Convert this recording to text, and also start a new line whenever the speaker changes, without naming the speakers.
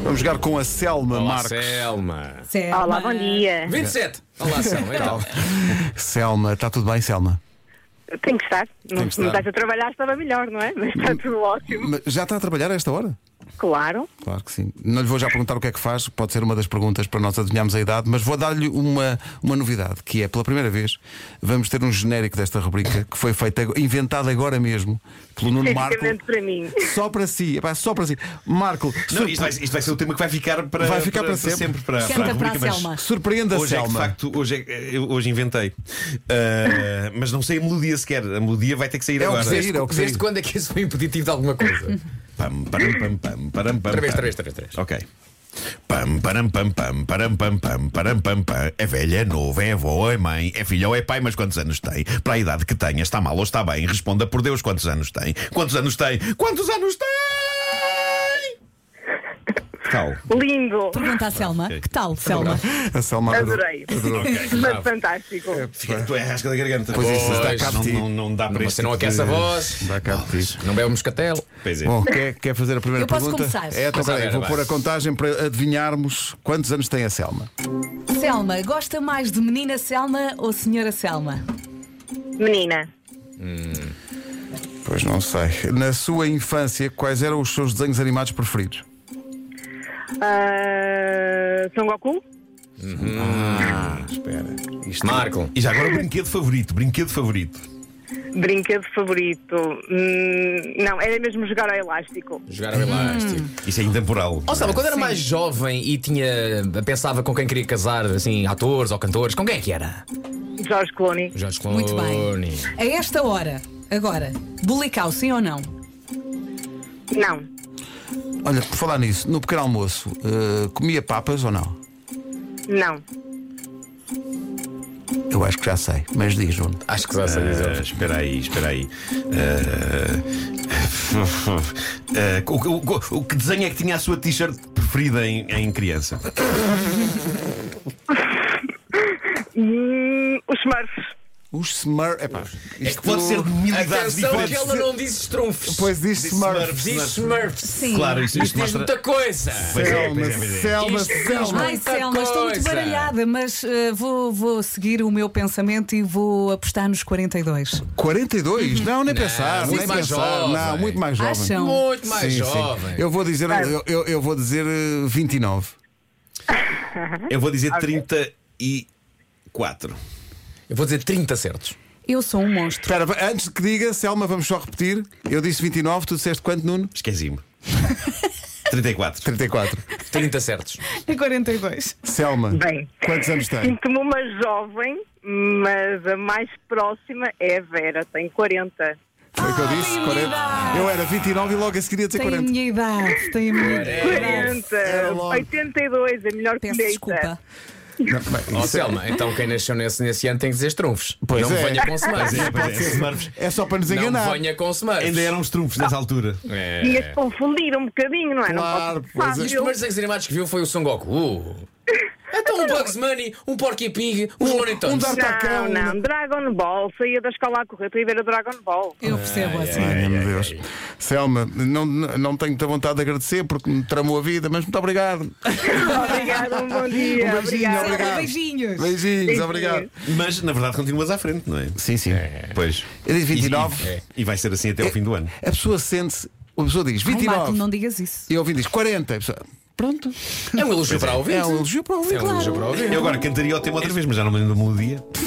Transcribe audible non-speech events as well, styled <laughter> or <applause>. Vamos jogar com a Selma
Olá,
Marques.
Selma.
Ah.
Selma.
Olá, bom dia.
27. Olá, Selma. Então.
Selma, está tudo bem, Selma?
Tem que estar.
que
Não,
estar.
não estás a trabalhar, estava melhor, não é? Mas está tudo ótimo.
Mas já está a trabalhar a esta hora?
Claro.
Claro que sim. Não lhe vou já perguntar o que é que faz, pode ser uma das perguntas para nós adivinharmos a idade, mas vou dar-lhe uma, uma novidade, que é, pela primeira vez, vamos ter um genérico desta rubrica que foi feito, ag- inventado agora mesmo pelo Nuno Marco.
Especificamente para mim.
Só para si, epá, só para si. Marco,
Não, isto vai, isto vai ser o tema que vai ficar para,
Vai ficar para sempre.
para, para
Canta
a
para
rubrica,
a
mas
Selma.
surpreenda a
Hoje é que de
Selma.
facto, hoje, é, que- eu hoje inventei. Ah, mas não sei a melodia sequer. A melodia vai ter que sair
É o que
agora.
sair, é o que sair.
Desde quando é que isso foi impeditivo de alguma coisa?
Pam, param, pam, pam, param, pam,
Outra vez, outra
pam.
vez, outra vez, outra vez.
Ok. Pam, param, pam, pam, param, pam, pam, param, pam, pam. É velha, é nova, é avó, é mãe, é filha ou é pai, mas quantos anos tem? Para a idade que tenha, está mal ou está bem? Responda por Deus, quantos anos tem? Quantos anos tem? Quantos anos tem? Tal.
Lindo.
Pergunta à Selma. Que tal, Selma?
A Selma adorou.
Adorei. <laughs> Mas fantástico.
Fica, tu é rasca da garganta.
Pois isso, dá cá
não,
de ti.
não, não dá para tipo
Não,
isso.
Você não aquece a voz,
Dá cá de ti.
não bebe um moscatel.
Pois é.
Bom, quer, quer fazer a primeira
Eu posso
pergunta?
começar.
É, então,
Começa a
peraí,
Vera,
vou
vai.
pôr a contagem para adivinharmos quantos anos tem a Selma.
Selma, gosta mais de menina Selma ou senhora Selma?
Menina.
Pois não sei. Na sua infância, quais eram os seus desenhos animados preferidos?
Ah, São Goku?
Espera.
Marco.
E já agora o brinquedo favorito, brinquedo favorito.
Brinquedo favorito. Hum, não, era mesmo jogar ao elástico.
Jogar ao elástico.
Isso é intemporal.
Ó Selma, quando era mais jovem e tinha pensava com quem queria casar, assim, atores ou cantores, com quem é que era?
Jorge Clooney.
Jorge Clooney.
Muito bem. A esta hora, agora, bulical, sim ou não?
Não.
Olha, por falar nisso, no pequeno almoço, eh, comia papas ou não?
Não.
Eu acho que já sei, mas diz Nuno.
Acho que já sei
Ah,
dizer.
espera aí, espera aí. <laughs> Ah, ah, o, o- o- o que desenho é que tinha a sua t-shirt preferida em, em criança?
Hum, os Smurfs.
Os Smurf. Epá,
É que pode ser de mil idades
Ah. Atenção que
diferentes.
ela não disse trunfos.
Pois diz Smurf.
Smurf.
Diz Smurfs.
Sim.
Claro, isso,
Isto
isto
diz
mostra.
muita coisa.
Pois é,
Selma,
pois é, pois é.
Selma,
Isto diz
Selma.
Ai,
Muita
Selma, estou muito
coisa.
baralhada, mas eh, vou, vou seguir o meu pensamento e vou apostar nos 42.
42? Não, nem pensar,
muito
nem
mais
pensar.
jovem.
Não, muito mais jovem.
Acham?
Muito mais
Sim, sim.
jovem.
Eu vou dizer, eu, eu- eu vou dizer eh, 29.
Eu vou dizer 34.
Eu vou dizer 30 certos.
Eu sou
<laughs>
um monstro.
Espera, antes que diga, Selma, vamos só repetir. Eu disse 29, tu disseste quanto, Nuno?
Esqueci-me. 34.
34.
30 certos.
É 42.
Selma,
Bem.
quantos anos tem?
Sinto-me uma jovem, mas a mais próxima é a Vera, tem 40.
Foi o que eu disse, 40. Eu era 29 e logo a seguir ia dizer
Tem a
40.
minha idade, tem a minha idade.
40,
era É, logo.
82, é melhor que
Peço
deita.
desculpa.
Não, bem, isso
Ó
é-
Selma, então quem nasceu nesse, nesse ano tem que dizer os trunfos.
Pois
não
é.
venha com Smurfs.
Pois é, Smurfs.
É só para nos enganar.
Não venha com Smurfs.
é
Ainda eram os trunfos nessa altura.
É.
Tinhas de confundir um bocadinho, não é?
Claro,
não
pois é.
pode
E
ser
os
fácil.
primeiros desenhos animados que viu foi o Son Goku. Uh. Então um Bugs Bunny, um Porky Pig, uns Looney
um
Tunes.
dar-
Não,
Atacão,
não,
não.
Dragon Ball, saía da escola a correr para ir ver a Dragon
<laughs>
Ball.
Eu percebo assim.
Ai, meu Deus. Selma, não, não tenho muita vontade de agradecer porque me tramou a vida, mas muito obrigado.
Obrigada, um bom dia.
Um beijinho,
Obrigada.
obrigado.
Selma, beijinhos.
Beijinhos,
Beijinhos.
obrigado.
Mas na verdade continuas à frente, não é?
Sim, sim.
Pois.
Eu disse
E-
29.
E, e vai ser assim até o fim do ano.
A pessoa sente-se, a pessoa diz
Ai, Marco,
29
não digas isso.
e eu ouvi diz 40. A pessoa, pronto.
É um elogio para a ouvinte.
É um elogio para ouvir.
É um elogio para a ouvinte.
Eu agora cantaria o tema outra vez, mas já não me lembro da melodia.